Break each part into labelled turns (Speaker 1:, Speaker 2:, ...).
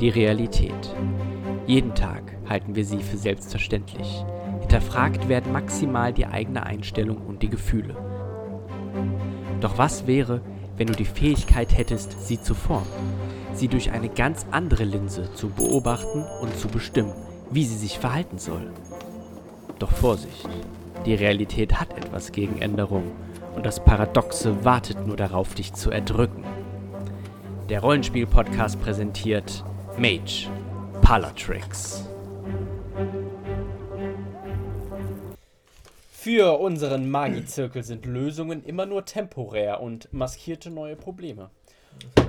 Speaker 1: die Realität. Jeden Tag halten wir sie für selbstverständlich. Hinterfragt werden maximal die eigene Einstellung und die Gefühle. Doch was wäre, wenn du die Fähigkeit hättest, sie zu formen? Sie durch eine ganz andere Linse zu beobachten und zu bestimmen, wie sie sich verhalten soll. Doch Vorsicht, die Realität hat etwas gegen Änderung und das Paradoxe wartet nur darauf, dich zu erdrücken. Der Rollenspiel-Podcast präsentiert Mage Palatrix.
Speaker 2: Für unseren Magizirkel sind Lösungen immer nur temporär und maskierte neue Probleme.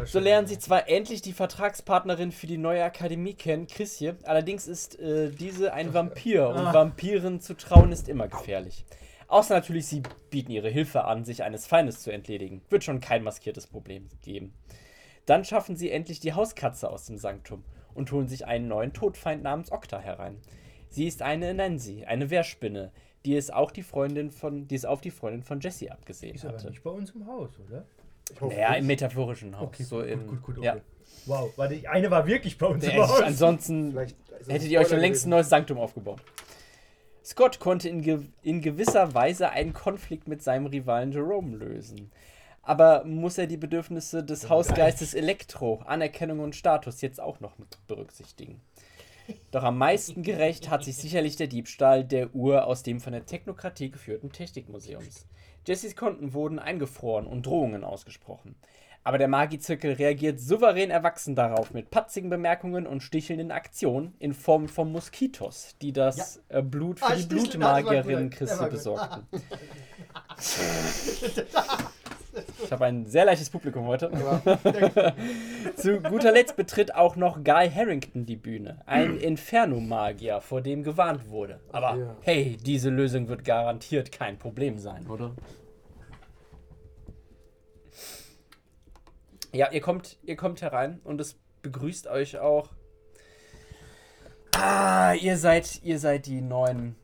Speaker 2: So lernen sie zwar endlich die Vertragspartnerin für die neue Akademie kennen, Chrisje, allerdings ist äh, diese ein Vampir
Speaker 3: Ah.
Speaker 2: und Vampiren zu trauen ist immer gefährlich. Außer natürlich, sie bieten ihre Hilfe an, sich eines Feindes zu entledigen. Wird schon kein maskiertes Problem geben. Dann schaffen sie endlich die Hauskatze aus dem Sanktum und holen sich einen neuen Todfeind namens Okta herein. Sie ist eine Nancy, eine Wehrspinne, die es auch die Freundin von, die es auf die Freundin von Jesse abgesehen
Speaker 3: Ist aber
Speaker 2: hatte.
Speaker 3: nicht bei uns im Haus, oder?
Speaker 2: Naja, im metaphorischen Haus.
Speaker 3: Okay,
Speaker 2: so
Speaker 3: gut,
Speaker 2: im,
Speaker 3: gut, gut, okay.
Speaker 2: ja.
Speaker 3: Wow, warte, die eine war wirklich bei uns
Speaker 2: Nee,
Speaker 3: im Haus.
Speaker 2: ansonsten
Speaker 4: Vielleicht ist es ein
Speaker 2: hättet ihr euch schon
Speaker 4: Spoiler
Speaker 2: längst ein
Speaker 4: gewesen.
Speaker 2: neues Sanktum aufgebaut. Scott konnte in, ge in gewisser Weise einen Konflikt mit seinem Rivalen Jerome lösen. Aber muss er die Bedürfnisse des Hausgeistes Elektro, Anerkennung und Status jetzt auch noch mit berücksichtigen? Doch am meisten gerecht hat sich sicherlich der Diebstahl der Uhr aus dem von der Technokratie geführten Technikmuseums. Jessys Konten wurden eingefroren und Drohungen ausgesprochen. Aber der Magizirkel reagiert souverän erwachsen darauf mit patzigen Bemerkungen und stichelnden Aktionen in Form von Moskitos, die das äh, Blut für
Speaker 4: Ah,
Speaker 2: die
Speaker 4: sticheln, das war
Speaker 2: Blutmagierin
Speaker 4: gut, das
Speaker 2: Christi
Speaker 4: war gut.
Speaker 2: besorgten. Ich habe ein sehr leichtes Publikum heute. Zu guter Letzt betritt auch noch Guy Harrington die Bühne. Ein Inferno-Magier, vor dem gewarnt wurde. Aber
Speaker 4: Ja.
Speaker 2: hey, diese Lösung wird garantiert kein Problem sein, oder? Ja, ihr kommt, ihr kommt herein und es begrüßt euch auch. Ah, ihr seid, ihr seid die neuen.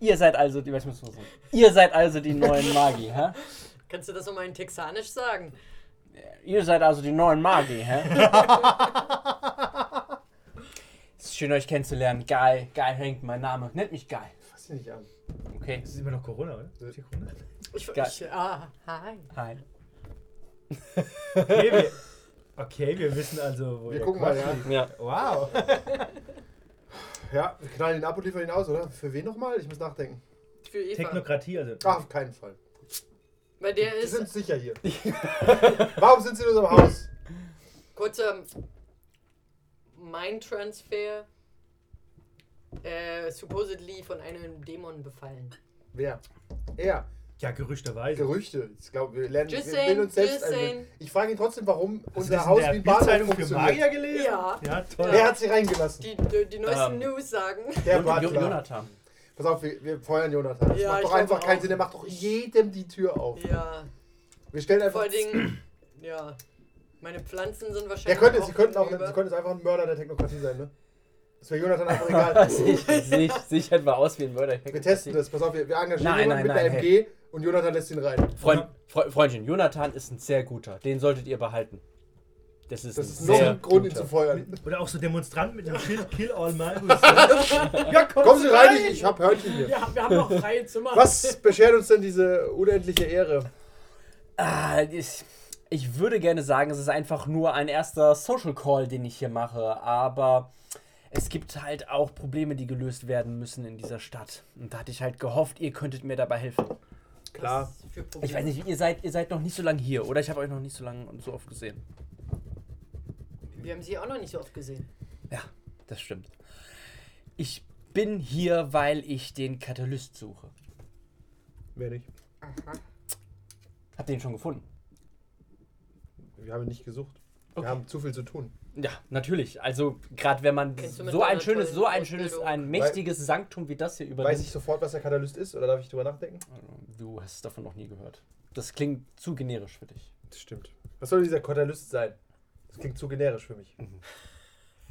Speaker 2: Ihr seid also die, was muss man sagen? Ihr seid also die neuen Magi, hä?
Speaker 5: Kannst du das nochmal in Texanisch sagen?
Speaker 2: Ihr seid also die neuen Magi, hä? Es ist schön, euch kennenzulernen. Geil, geil hängt mein Name. Nennt mich geil.
Speaker 4: Fass dich nicht an.
Speaker 2: Okay,
Speaker 3: Das ist immer noch Corona, oder? Ist hier Corona?
Speaker 5: Ich,
Speaker 2: Geil.
Speaker 5: ich, ah, hi.
Speaker 2: hi.
Speaker 3: Okay, wir, okay, wir wissen also, wo
Speaker 4: Wir
Speaker 3: der
Speaker 4: gucken mal,
Speaker 3: Quatsch
Speaker 4: ja.
Speaker 3: liegt.
Speaker 2: Ja.
Speaker 3: Wow.
Speaker 4: Ja, wir knallen ihn ab und liefern ihn aus, oder? Für wen nochmal? Ich muss nachdenken.
Speaker 5: Für Eva.
Speaker 3: Technokratie, also.
Speaker 4: Ah, auf keinen Fall.
Speaker 5: Weil der
Speaker 4: Sie
Speaker 5: ist,
Speaker 4: sind sicher hier. Warum sind sie in unserem Haus?
Speaker 5: kurzer Mind-Transfer, äh, supposedly von einem Dämon befallen.
Speaker 4: Wer? Er.
Speaker 3: Ja, gerüchterweise.
Speaker 4: Gerüchte. Ich glaube, wir lernen
Speaker 5: Just
Speaker 4: wir
Speaker 5: saying,
Speaker 4: bilden uns selbst
Speaker 5: just
Speaker 4: ein.
Speaker 5: saying.
Speaker 4: Ich frage ihn trotzdem, warum
Speaker 3: Hast du
Speaker 4: unser
Speaker 3: das in
Speaker 4: Haus
Speaker 3: der
Speaker 4: wie ein Bahnhof
Speaker 3: Bildzeitung für
Speaker 4: funktioniert.
Speaker 3: Magier gelesen?
Speaker 5: Ja.
Speaker 3: Ja, toll.
Speaker 4: Wer hat sie reingelassen?
Speaker 5: Die, die, die neuesten
Speaker 2: Ähm.
Speaker 5: News sagen.
Speaker 4: Der
Speaker 2: Und jo
Speaker 4: Butler.
Speaker 2: Jonathan.
Speaker 4: Pass auf, wir, wir feuern Jonathan. Das
Speaker 5: Ja,
Speaker 4: macht
Speaker 5: ich
Speaker 4: doch einfach
Speaker 5: glaube
Speaker 4: keinen
Speaker 5: auch.
Speaker 4: Sinn. Der macht doch jedem die Tür auf.
Speaker 5: Ja,
Speaker 4: Wir stellen einfach.
Speaker 5: vor allen Dingen, ja. Meine Pflanzen sind wahrscheinlich.
Speaker 4: Der könnte,
Speaker 5: auch
Speaker 4: sie könnten auch, sie
Speaker 5: hinüber.
Speaker 4: könnten jetzt einfach ein Mörder der Technokratie sein, ne? Das wäre Jonathan einfach egal.
Speaker 2: Sich, sich, sich hätten wir aus wie ein Mörder.
Speaker 4: Wir testen das, pass auf, wir wir engagieren
Speaker 2: Nein,
Speaker 4: jemanden
Speaker 2: nein,
Speaker 4: mit
Speaker 2: nein,
Speaker 4: einer MG und Jonathan lässt ihn rein.
Speaker 2: Freund, Fre Freundchen, Jonathan ist ein sehr guter. Den solltet ihr behalten. Das ist,
Speaker 4: Das
Speaker 2: ein
Speaker 4: ist noch
Speaker 2: sehr
Speaker 4: ein Grund, ihn
Speaker 2: guter.
Speaker 4: zu feuern.
Speaker 3: Oder auch so Demonstranten mit dem Schild Kill All Magus. ja,
Speaker 4: Kommen Sie rein, ich, ich hab Hörnchen hier.
Speaker 5: Ja, wir haben noch freie Zimmer.
Speaker 4: Was beschert uns denn diese unendliche Ehre?
Speaker 2: Ah, ich, ich würde gerne sagen, es ist einfach nur ein erster Social Call, den ich hier mache, aber es gibt halt auch Probleme, die gelöst werden müssen in dieser Stadt. Und da hatte ich halt gehofft, ihr könntet mir dabei helfen.
Speaker 4: Klar.
Speaker 5: Was Für Probleme.
Speaker 2: Ich weiß nicht, ihr seid, ihr seid noch nicht so lange hier, oder? Ich habe euch noch nicht so lange und so oft gesehen.
Speaker 5: Wir haben sie auch noch nicht so oft gesehen.
Speaker 2: Ja, das stimmt. Ich bin hier, weil ich den Katalyst suche.
Speaker 4: Wer nicht?
Speaker 2: Habt ihr ihn schon gefunden?
Speaker 4: Wir haben ihn nicht gesucht.
Speaker 2: Okay.
Speaker 4: Wir haben zu viel zu tun.
Speaker 2: Ja, natürlich. Also, gerade wenn man
Speaker 5: Kennst du mit
Speaker 2: so ein
Speaker 5: deiner
Speaker 2: schönes,
Speaker 5: tollen
Speaker 2: so ein schönes,
Speaker 5: Ausbildung?
Speaker 2: ein mächtiges Sanktum wie das hier
Speaker 4: Weiß ich
Speaker 2: übernimmt.
Speaker 4: sofort, was der Katalyst ist oder darf ich drüber nachdenken?
Speaker 2: Du hast davon noch nie gehört. Das klingt zu generisch für dich.
Speaker 4: Das stimmt. Was soll dieser Katalyst sein? Das klingt zu generisch für mich.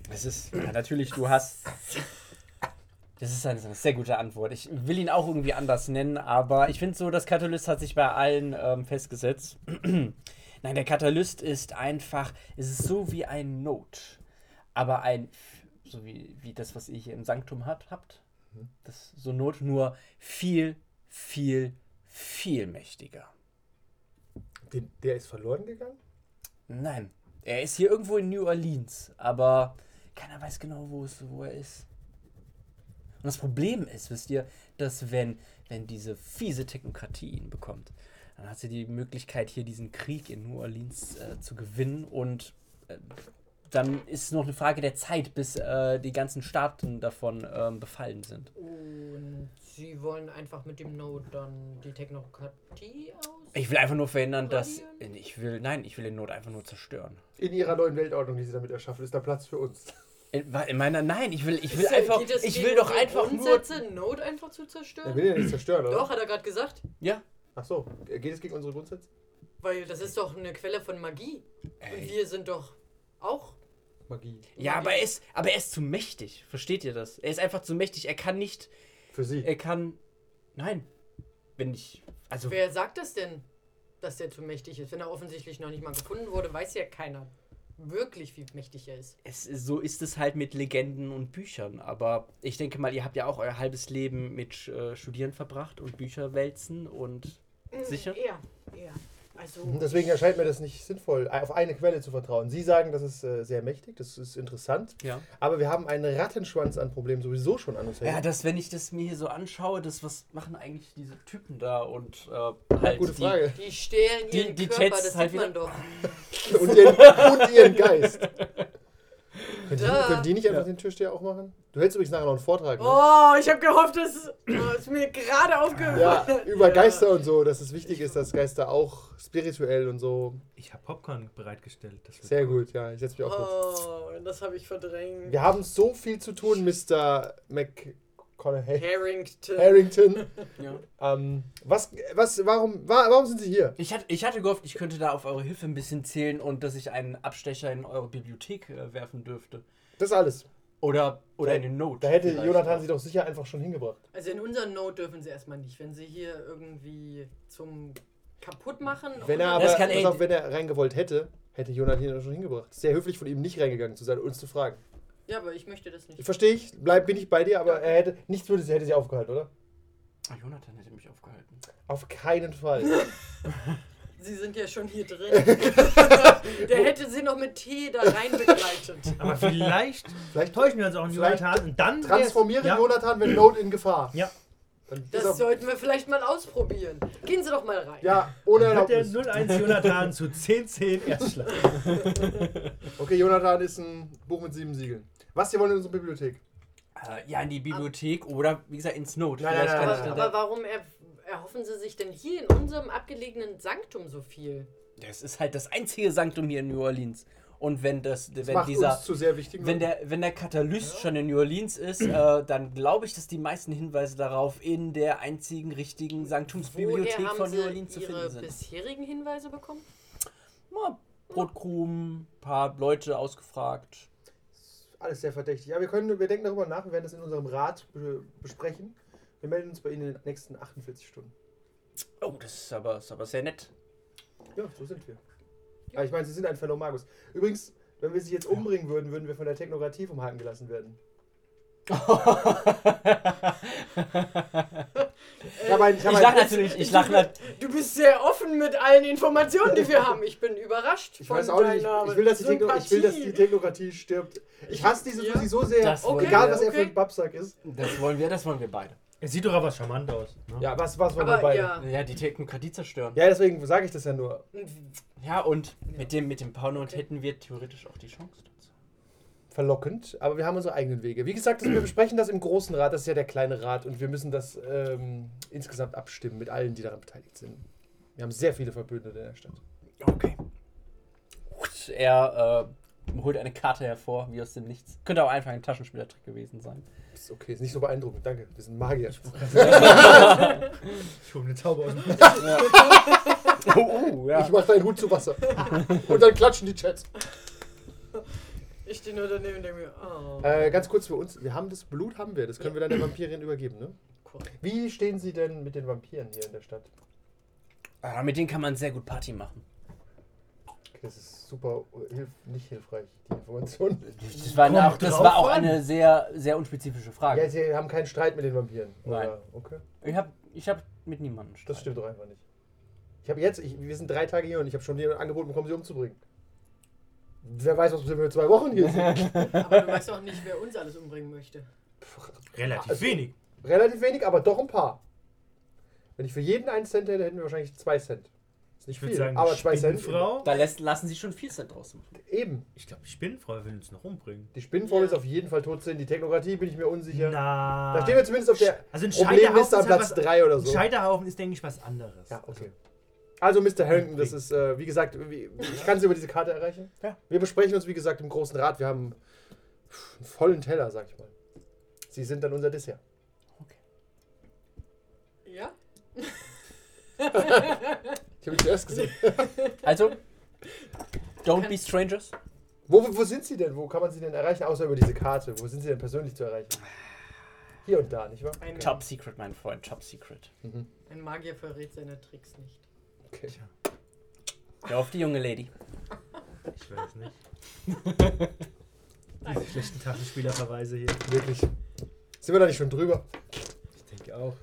Speaker 2: Es ist, ja, natürlich, du hast. Das ist eine, eine sehr gute Antwort. Ich will ihn auch irgendwie anders nennen, aber ich finde so, das Katalyst hat sich bei allen ähm, festgesetzt. Nein, der Katalyst ist einfach, es ist so wie ein Note. Aber ein, so wie, wie das, was ihr hier im Sanktum hat, habt, das ist so Not nur viel, viel, viel mächtiger.
Speaker 4: Den, der ist verloren gegangen?
Speaker 2: Nein, er ist hier irgendwo in New Orleans, aber keiner weiß genau, wo, es, wo er ist. Und das Problem ist, wisst ihr, dass wenn, wenn diese fiese Technokratie ihn bekommt, dann hat sie die Möglichkeit, hier diesen Krieg in New Orleans äh, zu gewinnen. Und äh, dann ist es noch eine Frage der Zeit, bis äh, die ganzen Staaten davon ähm, befallen sind.
Speaker 5: Und sie wollen einfach mit dem No dann die Technokratie aus?
Speaker 2: Ich will einfach nur verhindern, dass. Ich will. Nein, ich will den Not einfach nur zerstören.
Speaker 4: In ihrer neuen Weltordnung, die sie damit erschaffen, ist da Platz für uns.
Speaker 2: In wa- in meiner, nein, ich will, ich will
Speaker 5: Ist ja-
Speaker 2: einfach,
Speaker 5: geht das
Speaker 2: ich
Speaker 5: gegen
Speaker 2: will doch
Speaker 5: unsere
Speaker 2: einfach nur.
Speaker 5: Grundsätze, Note einfach zu
Speaker 4: Er
Speaker 5: zerstören?
Speaker 4: will ja nicht zerstören, oder?
Speaker 5: Doch, hat er gerade gesagt.
Speaker 2: Ja.
Speaker 4: Ach so, geht es gegen unsere Grundsätze?
Speaker 5: Weil das ist doch eine Quelle von Magie. Und
Speaker 2: Ey.
Speaker 5: wir sind doch auch.
Speaker 4: Magie.
Speaker 2: Ja, aber er ist, aber er ist zu mächtig. Versteht ihr das? Er ist einfach zu mächtig. Er kann nicht,
Speaker 4: Für sie.
Speaker 2: er kann, nein, wenn ich, also
Speaker 5: Wer sagt das denn, dass der zu mächtig ist? Wenn er offensichtlich noch nicht mal gefunden wurde, weiß ja keiner wirklich, wie mächtig er ist.
Speaker 2: es, ist- so ist es halt mit Legenden und Büchern. Aber ich denke mal, ihr habt ja auch euer halbes Leben mit äh, Studieren verbracht und Bücher wälzen und sicher.
Speaker 5: Ja, ja. Also.
Speaker 4: Hm, Deswegen erscheint mir das nicht sinnvoll, auf eine Quelle zu vertrauen. Sie sagen, das ist äh, sehr mächtig, das ist interessant,
Speaker 2: Ja.
Speaker 4: aber wir haben einen Rattenschwanz an Problemen sowieso schon an uns
Speaker 2: Ja,
Speaker 4: hängen.
Speaker 2: das, wenn ich das mir hier so anschaue, das, was machen eigentlich diese Typen da und äh, halt
Speaker 4: Gute
Speaker 2: die-
Speaker 4: Frage.
Speaker 5: Die stehlen
Speaker 2: Die-
Speaker 5: ihren
Speaker 2: die
Speaker 5: Körper,
Speaker 2: Chats
Speaker 5: das
Speaker 2: halt
Speaker 5: sieht man doch.
Speaker 4: Und ihren, und ihren Geist. Können die,
Speaker 5: Da.
Speaker 4: können die nicht einfach den Türsteher auch machen? Du hältst übrigens nachher noch einen Vortrag. Ne?
Speaker 5: Oh, ich habe gehofft, dass oh, ist mir gerade aufgehört.
Speaker 4: Ja, über Geister und so, dass es wichtig ist, dass Geister auch spirituell und so.
Speaker 3: Ich habe Popcorn bereitgestellt. Das wird
Speaker 4: Sehr gut, ja, ich setze mich auch kurz.
Speaker 5: Oh, das habe ich verdrängt.
Speaker 4: Wir haben so viel zu tun, Mr. McConaughey.
Speaker 5: Harrington.
Speaker 4: Harrington.
Speaker 2: Ja.
Speaker 4: Ähm, was, was, warum, wa warum sind Sie hier?
Speaker 2: Ich hatte, ich hatte gehofft, ich könnte da auf eure Hilfe ein bisschen zählen und dass ich einen Abstecher in eure Bibliothek äh, werfen dürfte.
Speaker 4: Das alles.
Speaker 2: Oder, oder
Speaker 4: Da-
Speaker 2: eine Note.
Speaker 4: Da hätte
Speaker 2: vielleicht.
Speaker 4: Jonathan sie doch sicher einfach schon hingebracht.
Speaker 5: Also in unseren Note dürfen sie erstmal nicht, wenn sie hier irgendwie zum kaputt machen.
Speaker 4: Wenn er aber, Also-
Speaker 2: Das kann
Speaker 4: pass
Speaker 2: eh-
Speaker 4: auf, wenn er reingewollt hätte, hätte Jonathan ihn doch schon hingebracht. Sehr höflich von ihm, nicht reingegangen zu sein, uns zu fragen.
Speaker 5: ja, aber ich möchte das nicht.
Speaker 4: Verstehe ich, bleib, bin ich bei dir, aber er hätte, nichts würde, hätte sie aufgehalten, oder?
Speaker 2: Ah, Jonathan hätte mich aufgehalten.
Speaker 4: Auf keinen Fall.
Speaker 5: Sie sind ja schon hier drin. Der hätte sie noch mit Tee da rein begleitet.
Speaker 3: gut. Aber vielleicht
Speaker 4: Vielleicht
Speaker 3: täuschen wir uns auch in
Speaker 4: Vielleicht
Speaker 3: Jonathan und dann. wär's-
Speaker 4: transformiere
Speaker 3: ja,
Speaker 4: Jonathan, wenn Note in Gefahr.
Speaker 3: Ja.
Speaker 4: Dann ist
Speaker 5: Das
Speaker 4: er,
Speaker 5: sollten wir vielleicht mal ausprobieren. Gehen Sie doch mal rein.
Speaker 4: Also- ja, ohne
Speaker 3: Hat der
Speaker 4: Erlaubnis.
Speaker 3: 01 Jonathan zu 10-10 Erstschlag.
Speaker 4: Okay, Jonathan ist ein Buch mit sieben Siegeln. Was, Sie wollen in unsere Bibliothek?
Speaker 2: Äh, ja, in die Bibliothek oder, wie gesagt, ins Note.
Speaker 4: Nein,
Speaker 2: Vielleicht
Speaker 4: nein,
Speaker 2: kann
Speaker 4: nein,
Speaker 2: ich
Speaker 5: aber,
Speaker 2: dann
Speaker 5: aber warum er, erhoffen Sie sich denn hier in unserem abgelegenen Sanktum so viel?
Speaker 2: da, das ist halt das einzige Sanktum hier in New Orleans. Und wenn das, wenn
Speaker 4: Macht
Speaker 2: dieser.
Speaker 4: uns zu ne? sehr wichtigen
Speaker 2: Wenn der, wenn der Katalyst schon in New Orleans ist, äh, dann glaube ich, dass die meisten Hinweise darauf in der einzigen richtigen Sanktumsbibliothek
Speaker 5: Woher haben
Speaker 2: von
Speaker 5: Sie
Speaker 2: New Orleans zu
Speaker 5: Ihre
Speaker 2: finden sind.
Speaker 5: bisherigen Hinweise bekommen?
Speaker 2: Ja, Brotkrumen, paar Leute ausgefragt.
Speaker 4: Alles sehr verdächtig. Ja, wir können, wir denken darüber nach, wir werden das in unserem Rat äh, besprechen. Wir melden uns bei Ihnen in den nächsten 48 Stunden.
Speaker 2: Oh, das ist aber, ist aber sehr nett.
Speaker 4: Ja, so sind wir. Aber ich meine, Sie sind ein Fellow Magus. Übrigens, wenn wir Sie jetzt umbringen würden, würden wir von der Technokratie vom Haken gelassen werden. Ich habe einen, ich
Speaker 2: Ich
Speaker 4: habe
Speaker 2: lache
Speaker 4: einen,
Speaker 2: natürlich, ich lache nat
Speaker 5: Du bist sehr offen mit allen Informationen, die wir haben. Ich bin überrascht.
Speaker 4: ich weiß auch nicht, ich, ich, will, dass die Techno, ich will, dass die Technokratie stirbt. Ich hasse diese
Speaker 5: Ja.
Speaker 4: Susi so sehr,
Speaker 2: Das wollen
Speaker 4: egal
Speaker 2: wir.
Speaker 4: was er für
Speaker 5: Okay.
Speaker 4: ein Babsack ist.
Speaker 2: Das wollen wir, das wollen wir beide.
Speaker 3: Es sieht doch aber charmant aus. Ne?
Speaker 4: Ja, was, was wollen wir
Speaker 5: Aber
Speaker 4: beide?
Speaker 5: ja.
Speaker 2: Ja, die Technokratie zerstören.
Speaker 4: ja, deswegen sage ich das ja nur.
Speaker 2: Ja, und mit dem, mit dem Powernote hätten wir theoretisch auch die Chance dazu.
Speaker 4: verlockend, aber wir haben unsere eigenen Wege. Wie gesagt, das- wir besprechen das im großen Rat, das ist ja der kleine Rat und wir müssen das ähm, insgesamt abstimmen mit allen, die daran beteiligt sind. Wir haben sehr viele Verbündete in der Stadt.
Speaker 2: Okay. Er äh, holt eine Karte hervor, wie aus dem Nichts. Könnte auch einfach ein Taschenspielertrick gewesen sein.
Speaker 4: Das ist okay, ist nicht so beeindruckend, danke. Wir sind Magier.
Speaker 3: Ich hole den Zauber aus.
Speaker 2: Oh, oh
Speaker 4: Ich mach deinen Hut zu Wasser. und dann klatschen die Chats.
Speaker 5: Ich stehe nur daneben und denke mir, oh.
Speaker 4: Äh, ganz kurz für uns, wir haben das Blut, haben wir. Das können wir dann der Vampirin übergeben, ne?
Speaker 5: Korrekt.
Speaker 4: Wie stehen Sie denn mit den Vampiren hier in der Stadt?
Speaker 2: Ah, mit denen kann man sehr gut Party machen.
Speaker 4: Das ist super äh, hilf nicht hilfreich, die Information.
Speaker 2: Das war, eine,
Speaker 3: Kommt
Speaker 2: auch, das
Speaker 3: drauf
Speaker 2: war auch
Speaker 3: an.
Speaker 2: eine sehr, sehr unspezifische
Speaker 4: Ja,
Speaker 2: Frage.
Speaker 4: sie haben keinen Streit mit den Vampiren.
Speaker 2: Nein.
Speaker 4: Oder? Okay.
Speaker 2: Ich habe ich hab mit niemandem Streit.
Speaker 4: Das stimmt doch einfach nicht. Ich habe jetzt, ich, wir sind drei Tage hier und ich habe schon dir ein Angebot bekommen, sie umzubringen. Wer weiß, was wir in zwei Wochen hier sind.
Speaker 5: Aber du weißt auch nicht, wer uns alles umbringen möchte.
Speaker 3: Relativ
Speaker 4: Also-
Speaker 3: wenig.
Speaker 4: Relativ wenig, aber doch ein paar. Wenn ich für jeden einen Cent hätte, hätten wir wahrscheinlich zwei Cent. Ist nicht
Speaker 3: Ich
Speaker 4: viel,
Speaker 3: würde sagen,
Speaker 4: aber
Speaker 3: die
Speaker 4: zwei Cent.
Speaker 3: Spinnenfrau.
Speaker 2: Da lässt, lassen sie schon viel Cent draus machen.
Speaker 4: Eben.
Speaker 3: Ich glaube, die Spinnenfrau will uns noch umbringen.
Speaker 4: Die Spinnenfrau
Speaker 5: Ja.
Speaker 4: ist auf jeden Fall tot sind. Die Technokratie bin ich mir unsicher.
Speaker 3: Na.
Speaker 4: Da stehen wir zumindest auf der
Speaker 3: Also ein
Speaker 4: Problemliste am
Speaker 3: Scheiterhaufen
Speaker 4: Platz
Speaker 3: ist halt was-
Speaker 4: 3 oder
Speaker 3: Ein
Speaker 4: so.
Speaker 3: Scheiterhaufen ist, denke ich, was anderes.
Speaker 4: Ja, okay. Also, Mr. Harrington, das ist, äh, wie gesagt, wie, ich kann Sie über diese Karte erreichen.
Speaker 3: Ja.
Speaker 4: Wir besprechen uns, wie gesagt, im großen Rat. Wir haben pff, einen vollen Teller, sag ich mal. Sie sind dann unser Dessert.
Speaker 5: Ja?
Speaker 4: Ich habe ihn zuerst gesehen.
Speaker 2: Also, don't be strangers.
Speaker 4: Wo, wo sind Sie denn? Wo kann man Sie denn erreichen, außer über diese Karte? Wo sind Sie denn persönlich zu erreichen? Hier und da, nicht wahr?
Speaker 5: Ein,
Speaker 2: Top secret, mein Freund, top secret.
Speaker 5: ein Magier verrät seine Tricks nicht.
Speaker 4: Okay.
Speaker 2: Ja, auf die junge Lady.
Speaker 3: Also, Ich weiß nicht. Diese schlechten Taschenspielerverweise hier.
Speaker 4: Wirklich. Sind wir da nicht schon drüber?
Speaker 3: Ich denke auch.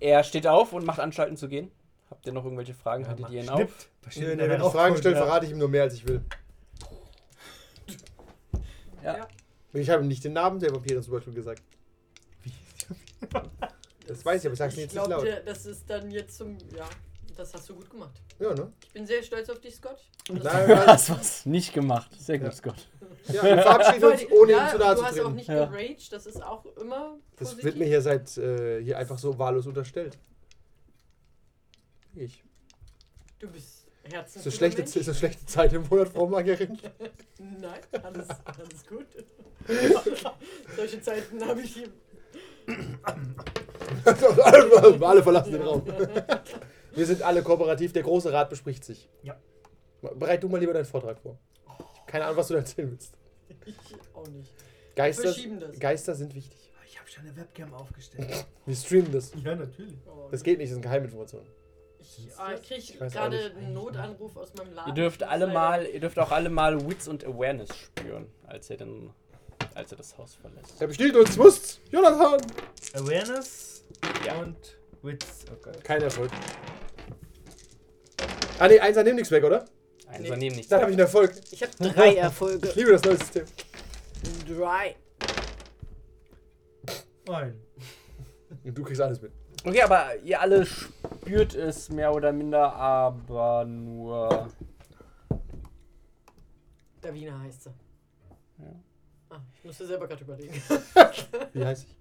Speaker 2: Er steht auf und macht Anschalten zu gehen. Habt ihr noch irgendwelche Fragen? Hattet ihr ihn auf?
Speaker 4: Wenn er Fragen stellt, verrate ich ihm nur mehr, als ich will.
Speaker 2: Ja.
Speaker 5: Ja.
Speaker 4: Ich habe ihm nicht den Namen der Vampire zum Beispiel gesagt. Das weiß ich, aber ich sag's
Speaker 5: Ich
Speaker 4: jetzt nicht
Speaker 5: glaube,
Speaker 4: laut.
Speaker 5: der- das ist dann jetzt zum. Ja, das hast du gut gemacht.
Speaker 4: Ja, ne?
Speaker 5: Ich bin sehr stolz auf dich, Scott. Und das-
Speaker 4: Nein, nein.
Speaker 2: was nicht gemacht. Sehr gut, Scott.
Speaker 4: Ja, wir verabschieden uns, ohne ihm zu nahe zu
Speaker 5: Du hast auch
Speaker 4: treten.
Speaker 5: nicht
Speaker 2: Ja.
Speaker 5: geraged, das ist auch immer.
Speaker 4: Das
Speaker 5: positiv.
Speaker 4: wird mir hier seit äh, hier einfach so wahllos unterstellt. Ich.
Speaker 5: Du bist
Speaker 4: Ist
Speaker 5: herzens.
Speaker 4: das schlechte, ist das schlechte Zeit im Monat, Frau Magierin?
Speaker 5: Nein, alles, alles gut. Solche Zeiten habe ich hier.
Speaker 4: alle verlassen den Raum. Wir sind alle kooperativ, der große Rat bespricht sich.
Speaker 3: Ja.
Speaker 4: Bereit du mal lieber deinen Vortrag vor. Ich hab Keine Ahnung, was du da erzählen willst.
Speaker 5: Ich auch nicht.
Speaker 4: Geister,
Speaker 5: verschieben das.
Speaker 4: Geister sind wichtig.
Speaker 3: Ich habe schon eine Webcam aufgestellt.
Speaker 4: Wir streamen das.
Speaker 3: Ja, natürlich.
Speaker 5: Oh,
Speaker 4: Das geht nicht, das sind Geheiminformationen.
Speaker 5: Ich, ah, ich kriege
Speaker 4: weiß auch
Speaker 5: gerade
Speaker 4: nicht.
Speaker 5: einen Notanruf aus meinem Laden.
Speaker 2: Ihr dürft alle mal, ihr dürft auch alle mal Wits und Awareness spüren, als ihr dann, als ihr das Haus verlässt.
Speaker 4: Er bestiehlt uns, wusst! Jonathan!
Speaker 3: Awareness
Speaker 2: Ja.
Speaker 3: und Witz. Oh Gott.
Speaker 4: Kein Erfolg. Ah ne, Einser nimmt nichts weg, oder?
Speaker 2: Eins nehmen nichts.
Speaker 4: Dann habe ich einen Erfolg.
Speaker 5: Ich habe drei Erfolge.
Speaker 4: Ich liebe das neue System.
Speaker 5: Drei.
Speaker 3: Nein.
Speaker 4: Und du kriegst alles mit.
Speaker 2: Okay, aber ihr alle spürt es mehr oder minder, aber nur.
Speaker 5: Davina heißt sie.
Speaker 2: Ja.
Speaker 5: Ah, ich musste selber gerade überlegen.
Speaker 4: Wie heißt ich?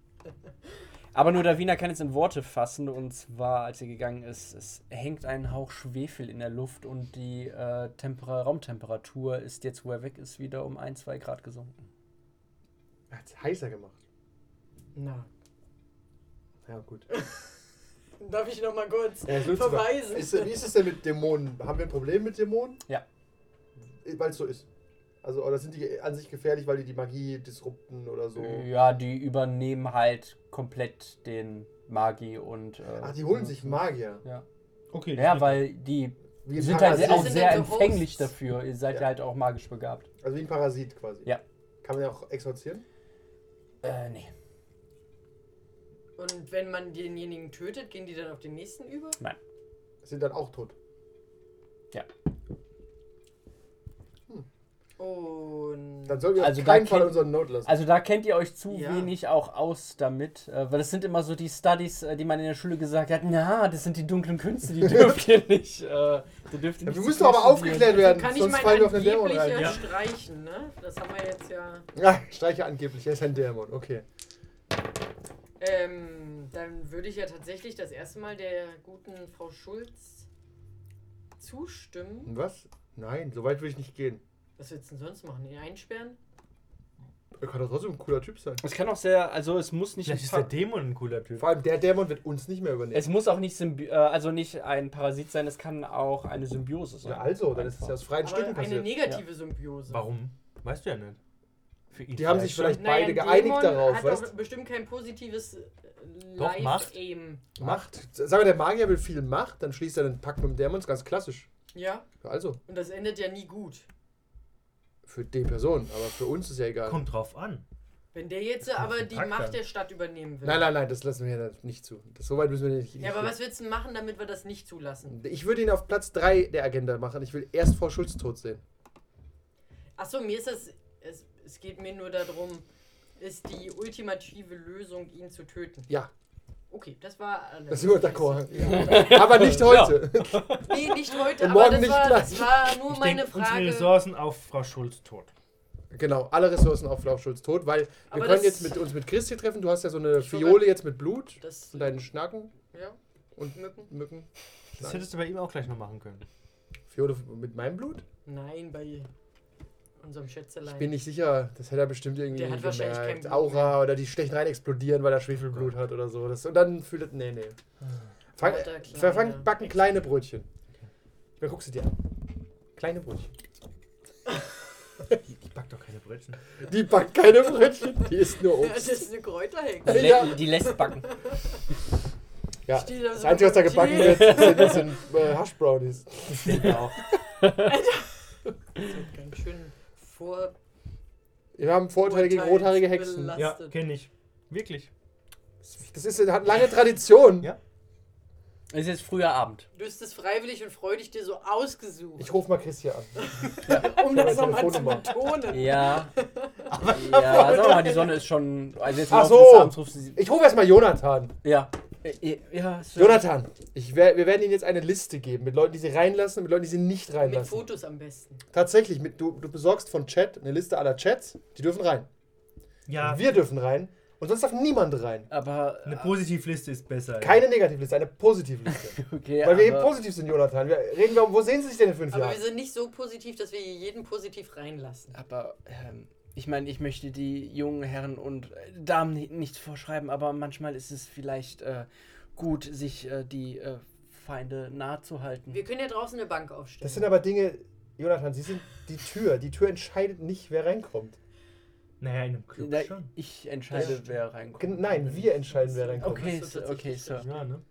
Speaker 2: Aber nur Davina kann jetzt in Worte fassen und zwar, als sie gegangen ist, es hängt ein Hauch Schwefel in der Luft und die äh, Tempera Raumtemperatur ist jetzt, wo er weg ist, wieder um ein, zwei Grad gesunken.
Speaker 4: Er hat's heißer gemacht.
Speaker 5: Na.
Speaker 4: Ja, gut.
Speaker 5: Darf ich nochmal kurz
Speaker 4: Ja, ist lustig.
Speaker 5: verweisen?
Speaker 4: Ist, wie ist es denn mit Dämonen? Haben wir ein Problem mit Dämonen?
Speaker 2: Ja.
Speaker 4: Weil es so ist. Also, oder sind die an sich gefährlich, weil die die Magie disrupten oder so?
Speaker 2: Ja, die übernehmen halt komplett den Magi und. Äh,
Speaker 4: Ach, die holen sich Magier.
Speaker 2: Ja.
Speaker 3: Okay.
Speaker 2: Ja, weil die
Speaker 4: Wie ein
Speaker 2: sind halt
Speaker 4: Parasit.
Speaker 2: sehr, auch
Speaker 5: sind
Speaker 2: sehr
Speaker 5: halt so Hosts.
Speaker 2: empfänglich dafür. Ihr seid ja.
Speaker 4: Ja.
Speaker 2: halt auch magisch begabt.
Speaker 4: Also wie ein Parasit quasi.
Speaker 2: Ja.
Speaker 4: Kann man ja auch exorzieren?
Speaker 2: Äh, nee.
Speaker 5: Und wenn man denjenigen tötet, gehen die dann auf den nächsten über?
Speaker 4: Sind dann auch tot.
Speaker 5: Und.
Speaker 4: Dann sollten wir
Speaker 2: Also
Speaker 4: auf
Speaker 2: da
Speaker 4: keinen Fall
Speaker 2: kennt-
Speaker 4: unseren Not lassen.
Speaker 2: Also da kennt ihr euch zu
Speaker 5: Ja.
Speaker 2: wenig auch aus damit, äh, weil das sind immer so die Studies, äh, die man in der Schule gesagt hat, na, das sind die dunklen Künste, die dürft ihr nicht, äh, da dürft ihr nicht
Speaker 4: ja, wir
Speaker 2: zu
Speaker 4: müssen doch aber
Speaker 2: Künsten
Speaker 4: aufgeklärt
Speaker 5: Also
Speaker 4: werden,
Speaker 5: kann ich
Speaker 4: sonst
Speaker 5: mein
Speaker 4: fallen wir auf den Dämon
Speaker 5: angeblicher
Speaker 4: rein.
Speaker 3: Ja.
Speaker 5: streichen, ne? Das haben wir jetzt ja.
Speaker 4: Ja, Ah, streiche angeblich, er ist ein Dämon, okay.
Speaker 5: Ähm, dann würde ich ja tatsächlich das erste Mal der guten Frau Schulz zustimmen.
Speaker 4: Was? Nein, so weit will ich nicht gehen.
Speaker 5: Was willst du denn sonst machen? Ihn einsperren?
Speaker 4: Er kann doch trotzdem ein cooler Typ sein.
Speaker 2: gehen. Es kann auch sehr, also es muss nicht,
Speaker 3: Vielleicht ist der
Speaker 2: ein Par-
Speaker 3: Dämon ein cooler Typ.
Speaker 4: Vor allem der Dämon wird uns nicht mehr übernehmen.
Speaker 2: es muss auch nicht, Symbi äh, also nicht ein Parasit sein, es kann auch eine Symbiose sein.
Speaker 4: Ja, also, dann ist es
Speaker 2: Einfach.
Speaker 4: ja aus freien
Speaker 5: Aber
Speaker 4: Stücken
Speaker 5: eine
Speaker 4: passiert.
Speaker 5: negative Symbiose.
Speaker 3: Warum? Weißt du ja nicht. Für ihn
Speaker 4: Die haben sich vielleicht
Speaker 5: Naja,
Speaker 4: beide
Speaker 5: ein
Speaker 4: geeinigt
Speaker 5: Dämon
Speaker 4: darauf,
Speaker 5: hat
Speaker 4: weißt
Speaker 5: doch bestimmt kein positives äh,
Speaker 3: Doch, Macht.
Speaker 5: Live-Aim.
Speaker 4: Macht. Sagen wir, der Magier will viel Macht, dann schließt er den Pakt mit dem Dämon, ist ganz klassisch.
Speaker 5: Ja,
Speaker 4: Also,
Speaker 5: und das endet ja nie gut.
Speaker 4: für die Person, aber für uns ist ja egal.
Speaker 3: Kommt drauf an.
Speaker 5: Wenn der jetzt
Speaker 3: kommt
Speaker 5: aber
Speaker 3: vom
Speaker 5: die
Speaker 3: Tag
Speaker 5: Macht
Speaker 3: an.
Speaker 5: der Stadt übernehmen will.
Speaker 4: Nein, nein, nein, das lassen wir ja nicht zu. Das, so weit müssen wir nicht.
Speaker 5: Ja, aber was willst du machen, damit wir das nicht zulassen?
Speaker 4: Ich würde ihn auf Platz 3 der Agenda machen. Ich will erst Frau Schulz tot sehen.
Speaker 5: Achso, mir ist das. Es, es geht mir nur darum, ist die ultimative Lösung, ihn zu töten.
Speaker 4: Ja,
Speaker 5: Okay, das war alles.
Speaker 4: das sind wir d'accord. aber nicht heute.
Speaker 5: Nee, nicht heute,
Speaker 4: Und
Speaker 5: aber
Speaker 4: morgen
Speaker 5: das,
Speaker 4: nicht
Speaker 5: war,
Speaker 4: gleich.
Speaker 5: das war nur
Speaker 3: Ich
Speaker 5: meine
Speaker 3: denke unsere
Speaker 5: Frage.
Speaker 3: Ressourcen auf Frau Schulz tot.
Speaker 4: Genau, alle Ressourcen auf Frau Schulz tot, weil wir
Speaker 5: Aber
Speaker 4: können
Speaker 5: das-
Speaker 4: jetzt mit uns mit Chris hier treffen. Du hast ja so eine
Speaker 5: Schon
Speaker 4: Fiole jetzt mit Blut
Speaker 5: Das,
Speaker 4: und deinen Schnacken,
Speaker 5: ja,
Speaker 4: Und-
Speaker 5: Mücken?
Speaker 4: Mücken.
Speaker 3: Das
Speaker 4: Nein.
Speaker 3: hättest du bei ihm auch gleich noch machen können.
Speaker 4: Fiole mit meinem Blut?
Speaker 5: Nein, bei unserem Schätzelein.
Speaker 4: Bin nicht sicher. Das hätte er bestimmt irgendwie
Speaker 5: Der hat wahrscheinlich
Speaker 4: gemerkt.
Speaker 5: kein Blut
Speaker 4: Aura oder die stechen rein explodieren, weil er Schwefelblut hat oder so. Das, und dann fühlt er. Nee, nee. Fang,
Speaker 5: Lauter kleine-
Speaker 4: verfang, backen kleine Brötchen. Dann guckst du dir an. Kleine Brötchen.
Speaker 3: Die, backt doch keine Brötchen.
Speaker 4: Die backt keine Brötchen, die isst nur
Speaker 5: Ja, das
Speaker 4: Obst.
Speaker 5: ist eine Kräuterhexe.
Speaker 2: Die,
Speaker 4: Ja.
Speaker 2: lä die lässt backen.
Speaker 4: Ja.
Speaker 5: Steht da
Speaker 4: Das
Speaker 5: so
Speaker 4: Einzige, was da
Speaker 5: mit
Speaker 4: gebacken
Speaker 5: Tee.
Speaker 4: wird, sind, das sind äh, Haschbrownies.
Speaker 3: Auch.
Speaker 5: Das wird Ganz schön vor.
Speaker 4: Wir haben Vorurteile gegen
Speaker 5: Urteils-
Speaker 4: rothaarige Hexen.
Speaker 5: Belastet.
Speaker 3: Ja, kenne ich. Wirklich.
Speaker 4: Das ist, hat lange Tradition.
Speaker 3: Ja.
Speaker 2: Es ist jetzt früher Abend.
Speaker 5: Du hast es freiwillig und freudig dir so ausgesucht,
Speaker 4: Ich rufe mal Chris hier an.
Speaker 5: um
Speaker 4: hab meine
Speaker 5: das nochmal zu
Speaker 4: Telefonnummer.
Speaker 5: betonen.
Speaker 2: Ja. ja, sag mal, die Sonne ist schon. Also jetzt im
Speaker 4: Ach
Speaker 2: Laufe
Speaker 4: so.
Speaker 2: des Abends rufst du sie.
Speaker 4: Ich rufe erstmal Jonathan.
Speaker 2: Ja. Äh, Ja, ist-
Speaker 4: Jonathan, ich wer, wir werden Ihnen jetzt eine Liste geben mit Leuten, die Sie reinlassen und mit Leuten, die Sie nicht
Speaker 5: Mit
Speaker 4: reinlassen.
Speaker 5: Fotos am besten.
Speaker 4: Tatsächlich, mit, du, du besorgst von Chat eine Liste aller Chats. Die dürfen rein.
Speaker 3: Ja,
Speaker 4: Wir dürfen rein. Und sonst darf niemand rein.
Speaker 2: Aber. äh,
Speaker 3: eine Positivliste ist besser.
Speaker 4: Keine Negativliste, eine Positivliste.
Speaker 2: Okay,
Speaker 4: Weil wir eben
Speaker 2: aber,
Speaker 4: positiv sind, Jonathan. Wir reden wir um, wo sehen Sie sich denn in fünf
Speaker 5: Aber wir
Speaker 4: Jahren?
Speaker 5: sind nicht so positiv, dass wir hier jeden positiv reinlassen.
Speaker 2: aber ähm, ich meine, ich möchte die jungen Herren und äh, Damen ni- nichts vorschreiben, aber manchmal ist es vielleicht äh, gut, sich äh, die äh, Feinde nahe zu halten.
Speaker 5: Wir können ja draußen eine Bank aufstellen.
Speaker 4: Das sind aber Dinge, Jonathan, Sie sind die Tür. Die Tür entscheidet nicht, wer reinkommt.
Speaker 3: Naja, in einem Club
Speaker 2: Da-
Speaker 3: schon.
Speaker 2: ich entscheide, wer reinkommt.
Speaker 4: Gen- Nein, wir entscheiden, wer reinkommt.
Speaker 2: Okay,
Speaker 5: Das ist
Speaker 2: so, okay,
Speaker 5: tatsächlich
Speaker 2: so.
Speaker 3: Ja, ne?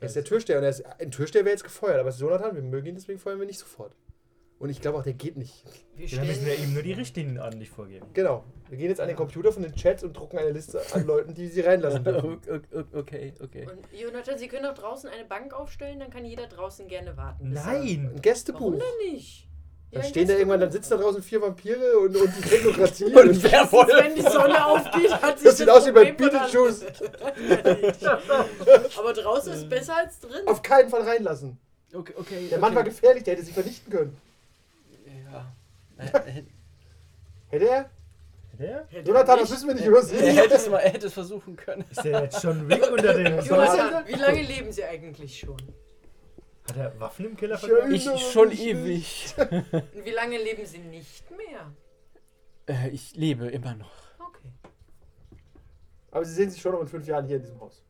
Speaker 4: Er ist der Türsteher und er ist, ein Türsteher wäre jetzt gefeuert, aber es ist Jonathan, wir mögen ihn, deswegen feuern wir nicht sofort. Und ich glaube auch, der geht nicht.
Speaker 5: wir
Speaker 3: Dann müssen wir
Speaker 5: stellen
Speaker 3: ihm nur die Richtlinien ordentlich vorgeben.
Speaker 4: Genau. Wir gehen jetzt an den Computer von den Chats und drucken eine Liste an Leuten, die sie reinlassen dürfen.
Speaker 2: Okay, okay.
Speaker 5: und Jonathan, Sie können auch draußen eine Bank aufstellen, dann kann jeder draußen gerne warten. bis er-
Speaker 3: Nein!
Speaker 4: Ein
Speaker 5: Warum
Speaker 4: Gästebuch.
Speaker 5: denn nicht?
Speaker 4: Dann
Speaker 5: Ja,
Speaker 4: stehen da
Speaker 5: das-
Speaker 4: irgendwann, dann sitzen da draußen vier Vampire und, und die Technokratie.
Speaker 2: Und
Speaker 4: und
Speaker 2: wer wollte?
Speaker 5: Wenn die Sonne aufgeht, hat sich
Speaker 4: Das sieht aus wie bei
Speaker 5: Problem
Speaker 4: Beetlejuice.
Speaker 5: verhandelt. Aber draußen ist besser als drin.
Speaker 4: Auf keinen Fall reinlassen.
Speaker 2: Okay, okay.
Speaker 4: Der Mann war
Speaker 2: okay.
Speaker 4: gefährlich, der hätte sie vernichten können.
Speaker 2: Ja. Äh, Er, er,
Speaker 4: Hätte er?
Speaker 3: Der?
Speaker 4: Jonathan, das wissen wir nicht über
Speaker 2: er,
Speaker 4: sie.
Speaker 2: hätte es mal, er hätte es versuchen können.
Speaker 3: Ist der jetzt schon Wick unter den Hat
Speaker 5: Jonathan, wie lange leben Sie eigentlich schon?
Speaker 3: er Waffen im Keller
Speaker 4: Ich-
Speaker 3: vergessen?
Speaker 2: Ich schon ewig.
Speaker 5: Und wie lange leben Sie nicht mehr?
Speaker 2: Äh, ich lebe immer noch.
Speaker 5: Okay.
Speaker 4: Aber sie sehen sich schon noch in fünf Jahren hier in diesem Haus.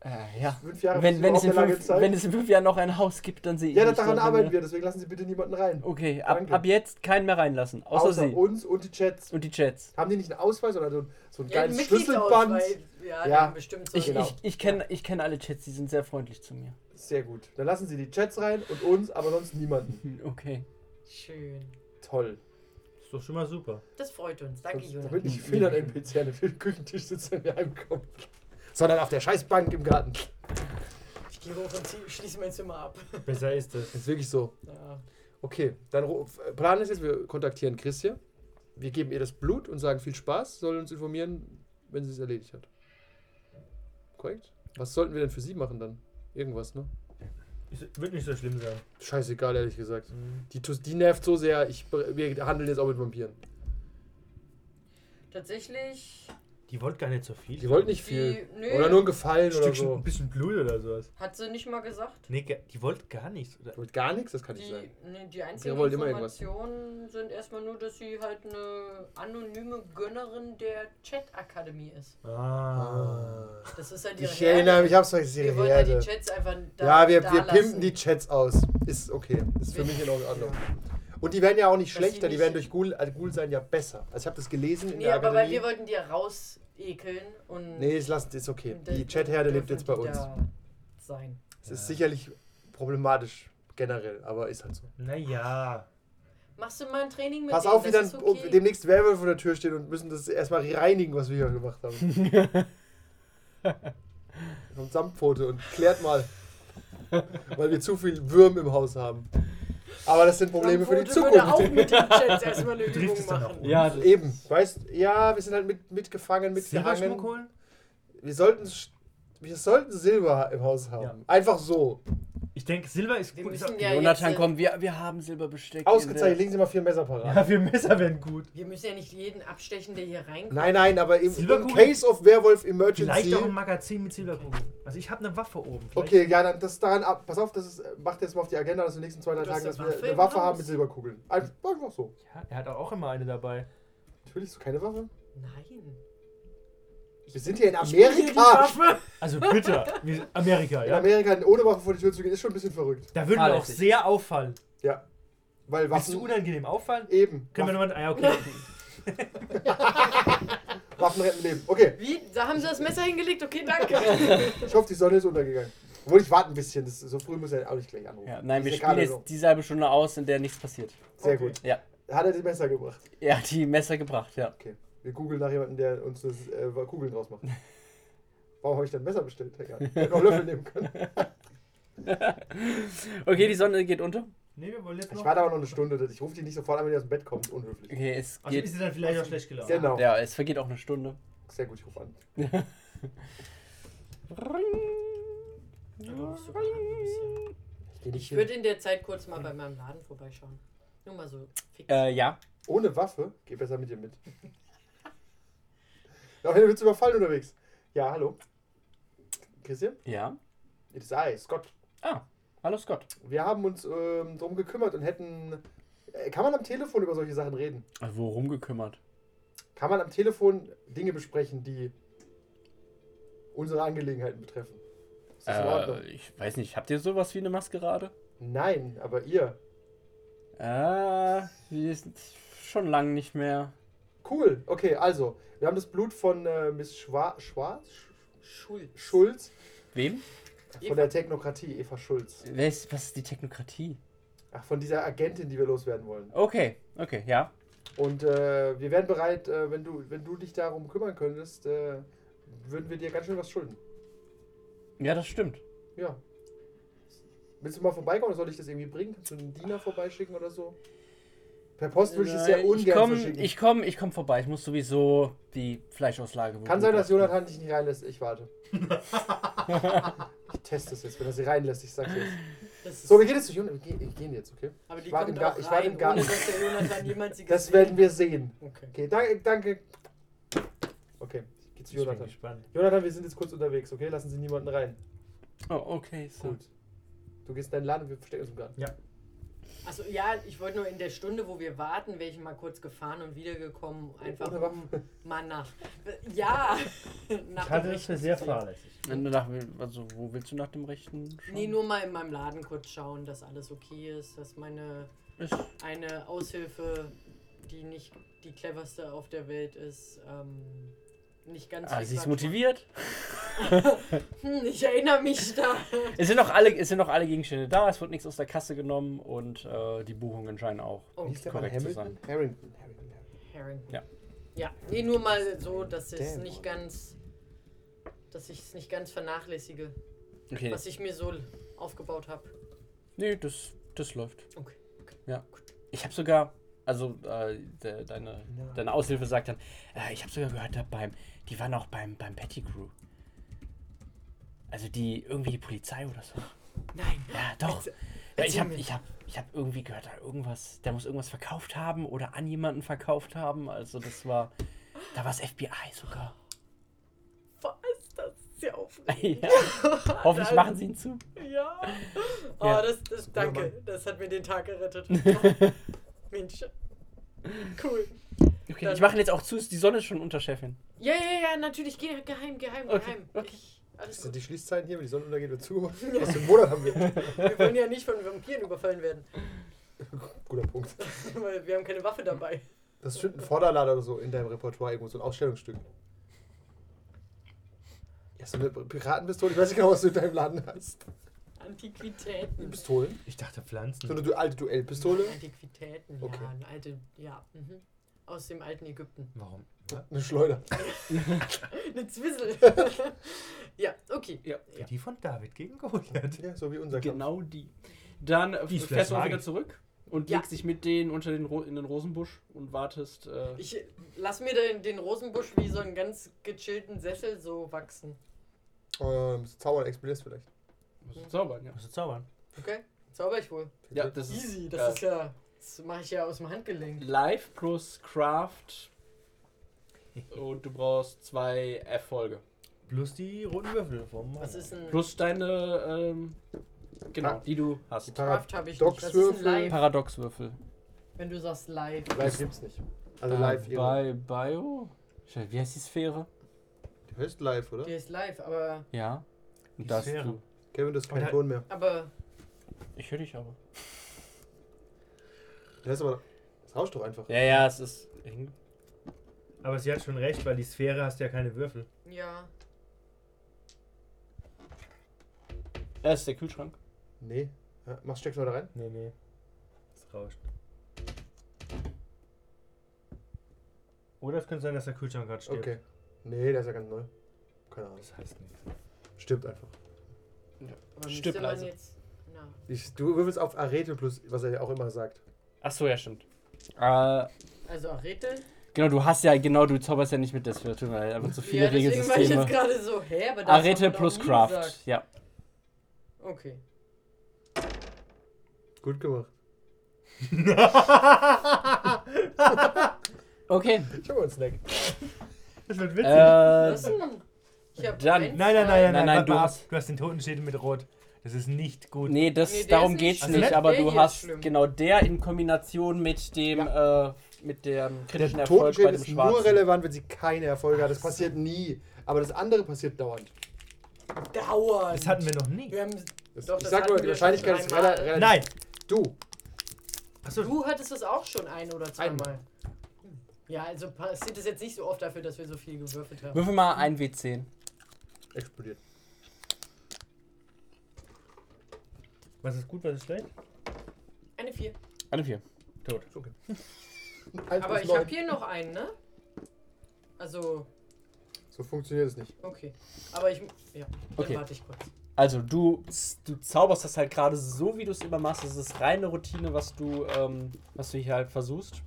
Speaker 2: Äh, ja.
Speaker 4: Fünf Jahre
Speaker 2: Wenn,
Speaker 4: ist
Speaker 2: wenn, es
Speaker 4: überhaupt
Speaker 2: in
Speaker 4: eine lange
Speaker 2: fünf,
Speaker 4: Zeit.
Speaker 2: wenn es in fünf Jahren noch ein Haus gibt, dann sehe ich
Speaker 4: Ja,
Speaker 2: mich
Speaker 4: daran
Speaker 2: dort in
Speaker 4: arbeiten
Speaker 2: der-
Speaker 4: wir, deswegen lassen Sie bitte niemanden rein.
Speaker 2: Okay, ab,
Speaker 4: Danke.
Speaker 2: ab jetzt keinen mehr reinlassen. Außer,
Speaker 4: Außer
Speaker 2: sie.
Speaker 4: uns und die Chats.
Speaker 2: Und die Chats.
Speaker 4: Haben die nicht einen Ausweis oder so, ein- so ein
Speaker 5: Ja,
Speaker 4: geiles
Speaker 5: ein
Speaker 4: Schlüsselband?
Speaker 5: Mitgliedsausweis. Ja,
Speaker 4: Ja.
Speaker 5: ja. bestimmt so.
Speaker 2: Ich,
Speaker 4: Genau.
Speaker 2: ich, ich kenne ich kenn alle Chats, die sind sehr freundlich zu mir.
Speaker 4: Sehr gut. Dann lassen Sie die Chats rein und uns, aber sonst niemanden.
Speaker 2: Hm, Okay.
Speaker 5: Schön.
Speaker 4: Toll.
Speaker 3: Ist doch schon mal super.
Speaker 5: Das freut uns. Danke,
Speaker 4: Sonst-
Speaker 5: Jonathan.
Speaker 4: Damit nicht viel an NPC an dem Küchentisch sitzt, wenn wir heimkommen. Sondern auf der Scheißbank im Garten.
Speaker 5: Ich gehe hoch und zieh- schließe mein Zimmer ab.
Speaker 3: Besser ist das.
Speaker 4: Das ist wirklich so.
Speaker 5: Ja.
Speaker 4: Okay, dann ru- äh, Plan ist jetzt, wir kontaktieren Chris hier. Wir geben ihr das Blut und sagen viel Spaß, soll uns informieren, wenn sie es erledigt hat. Korrekt? Was sollten wir denn für sie machen dann? Irgendwas, ne?
Speaker 3: Ist, wird nicht so schlimm sein.
Speaker 4: Scheißegal, ehrlich gesagt. Die, tus- die nervt so sehr, ich, be- wir handeln jetzt auch mit Vampiren.
Speaker 5: Tatsächlich
Speaker 3: Die wollte gar nicht so viel.
Speaker 4: Die wollten nicht viel.
Speaker 5: Die- nö.
Speaker 4: Oder nur ein Gefallen
Speaker 3: ein
Speaker 4: oder
Speaker 3: Stückchen,
Speaker 4: so.
Speaker 3: ein bisschen Blut oder sowas.
Speaker 5: hat sie nicht mal gesagt.
Speaker 3: Nee, ge- die wollte gar nichts. Oder?
Speaker 4: Wollt gar nichts, das kann nicht
Speaker 5: Die,
Speaker 4: sein.
Speaker 5: nee, die einzigen
Speaker 4: wollen immer irgendwas.
Speaker 5: Informationen sind erstmal nur, dass sie halt eine anonyme Gönnerin der Chat-Akademie ist.
Speaker 3: Ah.
Speaker 5: Das ist halt ihre
Speaker 4: Ich erinnere mich, ich hab's euch
Speaker 5: Wir
Speaker 4: gesehen.
Speaker 5: wollen ja die Chats einfach da
Speaker 4: Ja, wir,
Speaker 5: da
Speaker 4: wir
Speaker 5: lassen.
Speaker 4: pimpen die Chats aus. Ist okay. Ist für
Speaker 5: Wir-
Speaker 4: mich in Ordnung. Und die werden ja auch nicht
Speaker 5: Dass
Speaker 4: schlechter,
Speaker 5: sie
Speaker 4: die
Speaker 5: nicht-
Speaker 4: werden durch Ghoul, also Ghoul sein ja besser. Also ich habe das gelesen in
Speaker 5: Nee,
Speaker 4: der
Speaker 5: aber weil
Speaker 4: Akademie.
Speaker 5: wir wollten die ja rausekeln und...
Speaker 4: nee, es lassen, ist okay.
Speaker 5: und
Speaker 4: Die
Speaker 5: dann
Speaker 4: Chatherde lebt
Speaker 5: dürfen
Speaker 4: jetzt bei
Speaker 5: die
Speaker 4: uns.
Speaker 5: da Sein.
Speaker 4: Es ist sicherlich problematisch Generell, aber ist halt so.
Speaker 3: Naja.
Speaker 5: Machst du mal ein Training mit
Speaker 4: Pass
Speaker 5: denen,
Speaker 4: auf, wie dann um
Speaker 5: das ist okay.
Speaker 4: demnächst Werwölfe vor der Tür stehen und müssen das erstmal reinigen, was wir hier gemacht haben. Kommt Samtpfote und klärt mal. Weil wir zu viel Würm im Haus haben. Aber das sind Probleme für die
Speaker 5: Frankfurt würde
Speaker 4: Zukunft.
Speaker 5: auch mit den Jets erstmal eine
Speaker 3: Trifft
Speaker 5: Übung
Speaker 3: es dann auch
Speaker 5: machen.
Speaker 3: um?
Speaker 2: Ja, das-
Speaker 4: Eben, weißt ja, wir sind halt mit, mitgefangen,
Speaker 3: Silberschmuck
Speaker 4: mitgehangen.
Speaker 3: holen?
Speaker 4: Wir sollten, sch- wir sollten Silber im Haus haben.
Speaker 3: Ja.
Speaker 4: Einfach so.
Speaker 3: Ich denke, Silber ist
Speaker 5: Wir
Speaker 3: gut. Ist
Speaker 5: müssen
Speaker 3: auch,
Speaker 5: ja
Speaker 2: Jonathan,
Speaker 5: jetzt, äh,
Speaker 2: komm, wir, wir haben Silberbesteck.
Speaker 4: Ausgezeichnet, legen Sie mal vier Messer parat.
Speaker 3: ja, wir Messer wären gut.
Speaker 5: Wir müssen ja nicht jeden abstechen, der hier reinkommt.
Speaker 4: Nein, nein, aber im, im
Speaker 3: Silberkugel?
Speaker 4: Case of Werwolf Emergency.
Speaker 3: Vielleicht auch ein Magazin mit Silberkugeln. Also ich habe eine Waffe oben. Vielleicht-
Speaker 4: Okay, ja, dann das daran ab. Pass auf, das ist, macht jetzt mal auf die Agenda, dass wir in den nächsten zwei, drei
Speaker 5: Du hast
Speaker 4: Tagen dass
Speaker 5: eine
Speaker 4: wir
Speaker 5: Waffe
Speaker 4: eine
Speaker 5: im
Speaker 4: Waffe
Speaker 5: Haus?
Speaker 4: haben mit Silberkugeln. Einfach, einfach so.
Speaker 3: Ja, er hat auch immer eine dabei.
Speaker 4: Natürlich hast du keine Waffe.
Speaker 5: Nein.
Speaker 4: Wir sind hier in Amerika.
Speaker 3: Also bitte. Wir, Amerika,
Speaker 4: In
Speaker 3: ja.
Speaker 4: Ah. Amerika ohne Waffe vor die Tür zu gehen, ist schon ein bisschen verrückt.
Speaker 3: Da würden wir auch
Speaker 2: Fahrlässig.
Speaker 3: sehr auffallen.
Speaker 4: Ja. Weil
Speaker 3: Willst du
Speaker 4: Waffen.
Speaker 3: unangenehm auffallen?
Speaker 4: Eben.
Speaker 3: Können wir
Speaker 4: Waffen,
Speaker 3: nochmal. Ah, ja, okay.
Speaker 4: Waffen retten Leben. Okay,
Speaker 5: Wie? Da haben sie das Messer hingelegt? Okay, danke.
Speaker 4: ich hoffe, die Sonne ist untergegangen. Obwohl ich warte ein bisschen, das, so früh muss er auch nicht gleich anrufen.
Speaker 2: Ja, nein,
Speaker 4: Ist
Speaker 2: wir
Speaker 4: ja
Speaker 2: spielen
Speaker 4: gerade
Speaker 2: jetzt diese halbe Stunde aus, in der nichts passiert.
Speaker 4: So. Sehr
Speaker 3: Okay.
Speaker 4: gut.
Speaker 2: Ja.
Speaker 4: Hat er die Messer gebracht?
Speaker 2: Er hat die Messer gebracht, ja.
Speaker 4: Okay. Wir googeln nach jemandem, der uns das äh, Kugeln draus macht. Warum habe ich denn Messer bestellt? Egal. Ich hätte auch Löffel nehmen können.
Speaker 2: Okay, die Sonne geht unter.
Speaker 3: Nee, wir wollen jetzt noch.
Speaker 4: Ich warte aber noch eine Stunde. Ich rufe die nicht sofort an, wenn ihr aus dem Bett kommt. Unhöflich.
Speaker 2: Okay, es
Speaker 3: also
Speaker 2: geht.
Speaker 3: ist sie dann vielleicht auch schlecht gelaufen.
Speaker 4: Genau.
Speaker 2: Ja, es vergeht auch eine Stunde.
Speaker 4: Sehr gut, ich rufe an. Ich gehe nicht
Speaker 5: Ich würde in der Zeit kurz mal bei meinem Laden vorbeischauen. Nur mal so fix.
Speaker 2: Äh, ja.
Speaker 4: Ohne Waffe? Geh besser mit dir mit. Doch, du willst überfallen unterwegs. Ja, hallo. Christian?
Speaker 2: Ja.
Speaker 4: It is I, Scott.
Speaker 2: Ah, hallo Scott.
Speaker 4: Wir haben uns ähm, drum gekümmert und hätten. Äh, kann man am Telefon über solche Sachen reden?
Speaker 2: Worum gekümmert?
Speaker 4: Kann man am Telefon Dinge besprechen, die unsere Angelegenheiten betreffen? Ist das in Ordnung?
Speaker 2: Äh, ich weiß nicht, habt ihr sowas wie eine Maskerade?
Speaker 4: Nein, aber ihr.
Speaker 2: Äh, wir sind schon lange nicht mehr.
Speaker 4: Cool. Okay, also, wir haben das Blut von äh, Miss Schwa Schwarz? Sch-
Speaker 5: Schuld.
Speaker 4: Schulz?
Speaker 2: Wem?
Speaker 4: Von der Technokratie, Eva Schulz.
Speaker 2: Wer ist, was ist die Technokratie?
Speaker 4: Ach, von dieser Agentin, die wir loswerden wollen.
Speaker 2: Okay, okay, ja.
Speaker 4: Und äh, wir wären bereit, äh, wenn, du, wenn du dich darum kümmern könntest, äh, würden wir dir ganz schön was schulden.
Speaker 2: Ja, das stimmt.
Speaker 4: Ja. Willst du mal vorbeikommen oder soll ich das irgendwie bringen? Kannst du einen Diener vorbeischicken oder so? Per Post würde ich es sehr
Speaker 2: Nein,
Speaker 4: ungern
Speaker 2: Äh, ich komm,
Speaker 4: verschicken.
Speaker 2: Ich komme ich komm vorbei. Ich muss sowieso die Fleischauslage.
Speaker 4: Kann sein, dass
Speaker 2: begutachten.
Speaker 4: Jonathan dich nicht reinlässt. Ich warte. ich teste es jetzt, wenn er sie reinlässt. Ich sag's jetzt.
Speaker 5: Das ist,
Speaker 4: So, wir gehen jetzt zu Jonathan. Wir gehen- gehen jetzt, okay?
Speaker 5: aber die
Speaker 4: ich war
Speaker 5: kommt
Speaker 4: im Gar-
Speaker 5: auch
Speaker 4: ich war
Speaker 5: rein,
Speaker 4: im Garten.
Speaker 5: ohne dass der Jonathan jemals sie
Speaker 4: Das
Speaker 5: gesehen
Speaker 4: werden wir sehen.
Speaker 5: hat. Okay.
Speaker 4: Okay, danke. danke. Okay, ich geh zu
Speaker 3: Ich bin
Speaker 4: Jonathan.
Speaker 3: gespannt.
Speaker 4: Jonathan, wir sind jetzt kurz unterwegs, okay? Lassen Sie niemanden rein.
Speaker 2: Oh, okay, so.
Speaker 4: Gut. Du gehst in deinen Laden und wir verstecken uns im Garten.
Speaker 5: Also ja, ich wollte nur in der Stunde, wo wir warten, wäre ich mal kurz gefahren und wiedergekommen. Einfach
Speaker 4: Ohne
Speaker 5: um
Speaker 4: Waffe.
Speaker 5: mal nach. Ja. nach
Speaker 3: Ich halte
Speaker 5: dem
Speaker 3: das für
Speaker 5: Rechten
Speaker 3: sehr
Speaker 5: zu-
Speaker 3: fahrlässig.
Speaker 2: Wenn du nach, also, wo willst du nach dem Rechten? schauen?
Speaker 5: Nee, nur mal in meinem Laden kurz schauen, dass alles okay ist, dass meine
Speaker 2: Ist,
Speaker 5: eine Aushilfe, die nicht die cleverste auf der Welt ist, ähm, nicht ganz.
Speaker 2: ah,
Speaker 5: viel
Speaker 2: sie ist
Speaker 5: Quatsch
Speaker 2: motiviert.
Speaker 5: macht. Hm, ich erinnere mich da.
Speaker 2: Es sind noch alle, es sind noch alle Gegenstände da. Es wird nichts aus der Kasse genommen und äh, die Buchungen scheinen auch.
Speaker 4: Wie hieß der Mann?
Speaker 2: korrekt zu
Speaker 4: Hamilton? Harrington. Harrington. Harrington.
Speaker 5: Oh, Harrington.
Speaker 2: Ja.
Speaker 5: Ja, nee, nur mal so, dass es
Speaker 4: Damn.
Speaker 5: nicht ganz, dass ich es nicht ganz vernachlässige,
Speaker 2: Okay.
Speaker 5: was ich mir so aufgebaut habe.
Speaker 2: Nee, das, das läuft.
Speaker 5: Okay.
Speaker 2: Ich habe sogar, also äh, de, deine, deine Aushilfe sagt dann, äh, ich habe sogar gehört, da beim, die waren auch beim, beim Pettigrew. Also die, irgendwie die Polizei oder so.
Speaker 5: Nein.
Speaker 2: Ja, doch.
Speaker 5: Erzähl-
Speaker 2: Weil ich
Speaker 5: erzähl
Speaker 2: habe
Speaker 5: mir.
Speaker 2: ich hab, ich hab irgendwie gehört, da irgendwas, der muss irgendwas verkauft haben oder an jemanden verkauft haben. Also das war, da war es FBI sogar.
Speaker 5: Was? Das ist ja aufregend.
Speaker 2: ja. Hoffentlich machen sie ihn zu.
Speaker 5: Ja. Oh,
Speaker 2: Ja.
Speaker 5: das, das,
Speaker 4: guter
Speaker 5: danke.
Speaker 4: Mann.
Speaker 5: Das hat mir den Tag gerettet. Mensch. Cool.
Speaker 2: Okay,
Speaker 5: Dann-
Speaker 2: ich mache ihn jetzt auch zu, ist die Sonne schon unter, Chefin.
Speaker 5: Ja, ja, ja, natürlich. Geh, geheim, geheim,
Speaker 2: Okay,
Speaker 5: geheim.
Speaker 2: okay.
Speaker 5: Ich, alles
Speaker 4: Ist das
Speaker 5: gut.
Speaker 4: die Schließzeiten hier, wenn die Sonne untergeht, wird zu. Was für einen Monat haben wir?
Speaker 5: Wir wollen ja nicht von Vampiren überfallen werden,
Speaker 4: Guter Punkt.
Speaker 5: weil wir haben keine Waffe dabei.
Speaker 4: Das stimmt ein Vorderlader oder so in deinem Repertoire irgendwo, so ein Ausstellungsstück. Ja, so eine Piratenpistole, ich weiß nicht genau, was du in deinem Laden hast.
Speaker 5: Antiquitäten.
Speaker 4: Pistolen.
Speaker 3: Ich dachte Pflanzen.
Speaker 4: So eine du- alte Duellpistole.
Speaker 5: Antiquitäten, ja.
Speaker 4: Okay.
Speaker 5: Eine alte, ja. Mhm. Aus dem alten Ägypten.
Speaker 3: Warum?
Speaker 4: Eine Schleuder.
Speaker 5: Eine Zwissel. ja, okay.
Speaker 2: Ja.
Speaker 3: Wie Die von David gegen Goliath.
Speaker 4: Ja, so wie unser
Speaker 2: Genau die. Dann äh,
Speaker 3: Die ist
Speaker 2: fährst du auch
Speaker 3: vielleicht
Speaker 2: wieder
Speaker 3: magisch.
Speaker 2: zurück und
Speaker 5: Ja.
Speaker 2: legst dich mit denen unter den Ro in den Rosenbusch und wartest. Äh,
Speaker 5: Ich äh, lass mir den, den Rosenbusch wie so einen ganz gechillten Sessel so wachsen.
Speaker 4: Ähm, Zaubern explodiert vielleicht.
Speaker 2: musst du zaubern, ja.
Speaker 3: Musst du zaubern.
Speaker 5: Okay? Zauber ich wohl.
Speaker 2: ja das
Speaker 5: Easy,
Speaker 2: ist,
Speaker 5: das
Speaker 2: äh,
Speaker 5: ist ja. Das mache ich ja aus dem Handgelenk.
Speaker 2: Live plus Craft. Und du brauchst zwei Erfolge.
Speaker 3: Plus die roten Würfel vom Mann.
Speaker 5: Was ist ein
Speaker 2: Plus deine, ähm, genau, die du hast.
Speaker 5: Kraft habe ich nicht. Das ist ein
Speaker 4: Paradoxwürfel.
Speaker 5: Live,
Speaker 2: Paradoxwürfel.
Speaker 5: wenn du sagst live.
Speaker 4: Live gibt's nicht. Also live
Speaker 2: äh, bei Bio? Ich weiß, Wie heißt die Sphäre?
Speaker 4: Du hörst live, oder?
Speaker 5: Der ist live, aber.
Speaker 2: Ja.
Speaker 3: Die
Speaker 2: Und das
Speaker 3: Sphäre.
Speaker 2: du.
Speaker 4: Kevin, das ist kein
Speaker 3: Oder-
Speaker 4: Ton mehr.
Speaker 5: Aber.
Speaker 2: Ich höre dich aber.
Speaker 4: Das, ist aber, das rauscht doch einfach.
Speaker 2: Ja, ja, es ist. Eng.
Speaker 3: Aber sie hat schon recht, weil die Sphäre hast ja keine Würfel.
Speaker 5: Ja.
Speaker 2: Das Äh, ist der Kühlschrank.
Speaker 4: Nee. Ja, mach Steckschleuder rein.
Speaker 3: Nee, nee. Es rauscht. Oder es könnte sein, dass der Kühlschrank gerade stirbt.
Speaker 4: Okay. Nee, der ist ja ganz neu. Keine Ahnung.
Speaker 3: Das heißt nichts.
Speaker 4: Stimmt einfach.
Speaker 5: Aber
Speaker 2: Stirb
Speaker 5: müsste man
Speaker 2: leise.
Speaker 5: jetzt. Na.
Speaker 4: Ich, du würfelst auf Arete plus, was er ja auch immer sagt.
Speaker 2: Achso, ja, stimmt. Äh,
Speaker 5: Also Arete?
Speaker 2: genau, du hast ja, genau, du zauberst ja nicht mit der Sphäre, tut mir leid, einfach zu viele
Speaker 5: ja, deswegen war ich jetzt
Speaker 2: Regelsysteme.
Speaker 5: gerade so, hä? Aber das hat
Speaker 2: Arete
Speaker 5: man doch
Speaker 2: plus
Speaker 5: nie
Speaker 2: Craft, Ähm,
Speaker 5: gesagt.
Speaker 2: ja.
Speaker 5: Okay.
Speaker 4: Gut gemacht.
Speaker 2: Okay.
Speaker 4: Ich hab mal einen Snack.
Speaker 3: Das wird
Speaker 2: Äh,
Speaker 3: witzig.
Speaker 5: Was
Speaker 2: nein,
Speaker 5: denn? Ich hab
Speaker 2: dann-
Speaker 3: nein, nein, nein,
Speaker 5: eins, zwei-
Speaker 3: nein,
Speaker 2: nein,
Speaker 3: nein,
Speaker 2: nein,
Speaker 3: warte
Speaker 2: du
Speaker 3: mal ab.
Speaker 2: hast-
Speaker 3: du hast den Totenschädel mit Rot. Das ist nicht gut.
Speaker 2: das,
Speaker 5: Nee, der
Speaker 2: darum
Speaker 5: ist
Speaker 2: geht's
Speaker 5: nicht
Speaker 2: nicht,
Speaker 3: schlimm.
Speaker 2: aber
Speaker 5: Der
Speaker 2: du
Speaker 5: hier ist
Speaker 2: hast
Speaker 5: schlimm.
Speaker 2: genau der in Kombination mit dem, äh, mit dem kritischen Erfolg bei
Speaker 4: Totenschädel
Speaker 2: dem
Speaker 4: ist nur
Speaker 2: Schwarzen.
Speaker 4: relevant, wenn sie keine Erfolge hat. Das passiert nie. Aber das andere passiert dauernd.
Speaker 5: Dauernd.
Speaker 3: Das hatten wir noch nie.
Speaker 5: Wir haben.
Speaker 4: Das,
Speaker 5: Doch,
Speaker 4: ich
Speaker 5: das
Speaker 4: sag nur, die
Speaker 5: hatten wir
Speaker 4: Wahrscheinlichkeit
Speaker 5: schon
Speaker 4: ist
Speaker 5: dreimal.
Speaker 4: rela- relativ.
Speaker 3: Nein!
Speaker 4: Du.
Speaker 3: Achso,
Speaker 5: Du hattest das auch schon ein oder zweimal.
Speaker 4: Einmal.
Speaker 5: Ja, also passiert es jetzt nicht so oft dafür, dass wir so viel gewürfelt haben.
Speaker 2: Würfel mal ein W10.
Speaker 4: Explodiert.
Speaker 3: was ist gut, was ist schlecht?
Speaker 5: Eine vier.
Speaker 2: Eine 4.
Speaker 3: Tot.
Speaker 4: Eins
Speaker 5: Aber
Speaker 4: bis
Speaker 5: ich
Speaker 4: neun.
Speaker 5: habe hier noch einen, ne? Also,
Speaker 4: So funktioniert es nicht.
Speaker 5: okay. Aber ich. Ja, dann
Speaker 2: Okay.
Speaker 5: warte ich kurz.
Speaker 2: Also du, du zauberst das halt gerade so, wie du es immer machst. Das ist reine Routine, was du, ähm, was du hier halt versuchst.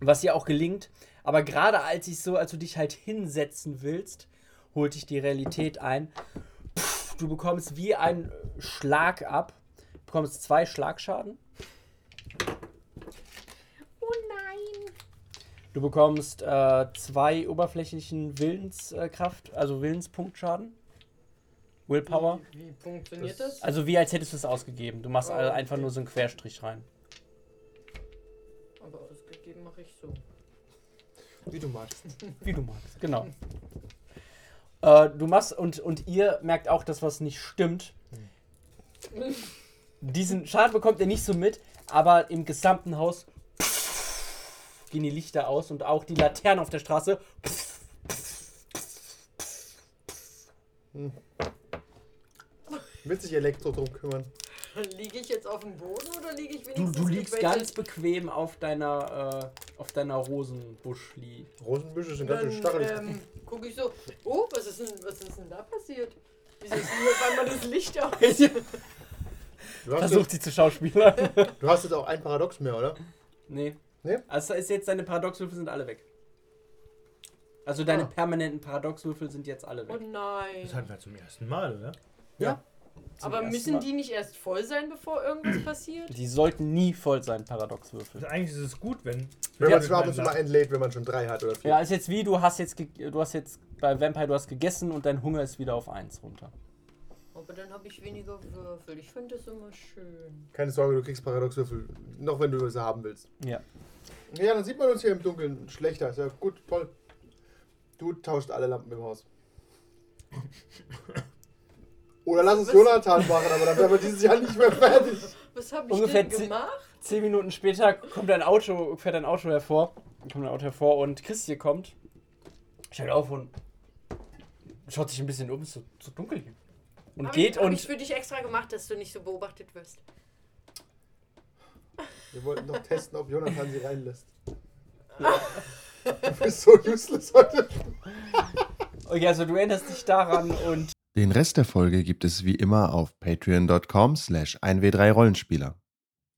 Speaker 2: Was dir auch gelingt. Aber gerade als ich so, als du dich halt hinsetzen willst, holt dich die Realität ein. Pff, du bekommst wie einen Schlag ab. Du bekommst zwei Schlagschaden.
Speaker 5: Oh nein!
Speaker 2: Du bekommst äh, zwei oberflächlichen Willenskraft, also Willenspunktschaden. Willpower.
Speaker 5: Wie, wie funktioniert
Speaker 4: Das-
Speaker 5: das?
Speaker 2: Also wie als hättest du es ausgegeben. Du machst
Speaker 5: Oh,
Speaker 2: also einfach
Speaker 5: okay.
Speaker 2: nur so einen Querstrich rein.
Speaker 5: Aber ausgegeben mache ich so.
Speaker 4: Wie du magst.
Speaker 2: Wie du magst, genau. äh, du machst und, und ihr merkt auch, dass was nicht stimmt. Diesen Schaden bekommt ihr nicht so mit, aber im gesamten Haus gehen die Lichter aus und auch die Laternen auf der Straße.
Speaker 4: Will sich Elektro drum kümmern.
Speaker 5: Liege ich jetzt auf dem Boden oder liege ich
Speaker 2: Du,
Speaker 5: wenigstens
Speaker 2: du liegst
Speaker 5: mit
Speaker 2: ganz bequem auf deiner, äh, auf deiner Rosenbuschli.
Speaker 4: Rosenbüsche sind ganz schön
Speaker 5: welchen-
Speaker 4: stachelig.
Speaker 5: Dann ähm, gucke ich so, oh, was ist denn, was ist denn da passiert? Wieso ist denn hier auf einmal das Licht aus?
Speaker 4: du, hast
Speaker 2: Versucht
Speaker 4: jetzt,
Speaker 2: sie zu schauspielern.
Speaker 4: du hast jetzt auch ein Paradox mehr, oder?
Speaker 2: nee.
Speaker 4: Nee?
Speaker 2: Also ist jetzt deine Paradoxwürfel sind alle weg. Also deine
Speaker 4: Ah.
Speaker 2: permanenten Paradoxwürfel sind jetzt alle weg.
Speaker 5: Oh nein.
Speaker 3: Das hatten wir zum ersten Mal, oder?
Speaker 2: Zum
Speaker 5: Aber
Speaker 2: ersten
Speaker 5: müssen
Speaker 2: Mal.
Speaker 5: die nicht erst voll sein, bevor irgendwas passiert?
Speaker 2: Die sollten nie voll sein, Paradoxwürfel.
Speaker 3: Also eigentlich ist es gut, wenn.
Speaker 4: Wenn man
Speaker 3: Ja,
Speaker 4: zwar ab und zu
Speaker 3: wenn man-
Speaker 4: mal entlädt, wenn man schon drei hat oder vier.
Speaker 2: Ja, ist jetzt wie, du hast jetzt, ge- du hast jetzt bei Vampire, du hast gegessen und dein Hunger ist wieder auf 1 runter.
Speaker 5: Aber dann habe ich weniger Würfel. Ich finde das immer schön.
Speaker 4: Keine Sorge, du kriegst Paradoxwürfel. Noch wenn du sie haben willst.
Speaker 2: Ja.
Speaker 4: Ja, dann sieht man uns hier im Dunkeln schlechter. Ist ja gut, toll. Du tauscht alle Lampen im Haus. Oder lass es Jonathan machen, aber dann werden wir dieses Jahr nicht mehr fertig.
Speaker 5: Was habe ich
Speaker 2: Ungefähr
Speaker 5: denn
Speaker 2: zehn-
Speaker 5: gemacht?
Speaker 2: Zehn Minuten später kommt ein Auto, fährt ein Auto hervor, kommt ein Auto hervor und Christi kommt, stellt auf und schaut sich ein bisschen um, ist so, so dunkel hier. Und
Speaker 5: Hab
Speaker 2: geht
Speaker 5: ich, hab
Speaker 2: und.
Speaker 5: Ich für dich extra gemacht, dass du nicht so beobachtet wirst.
Speaker 4: Wir wollten doch testen, ob Jonathan sie reinlässt. Du bist so useless heute.
Speaker 2: Okay, also du erinnerst dich daran und
Speaker 6: Den Rest der Folge gibt es wie immer auf patreon.com slash 1w3rollenspieler.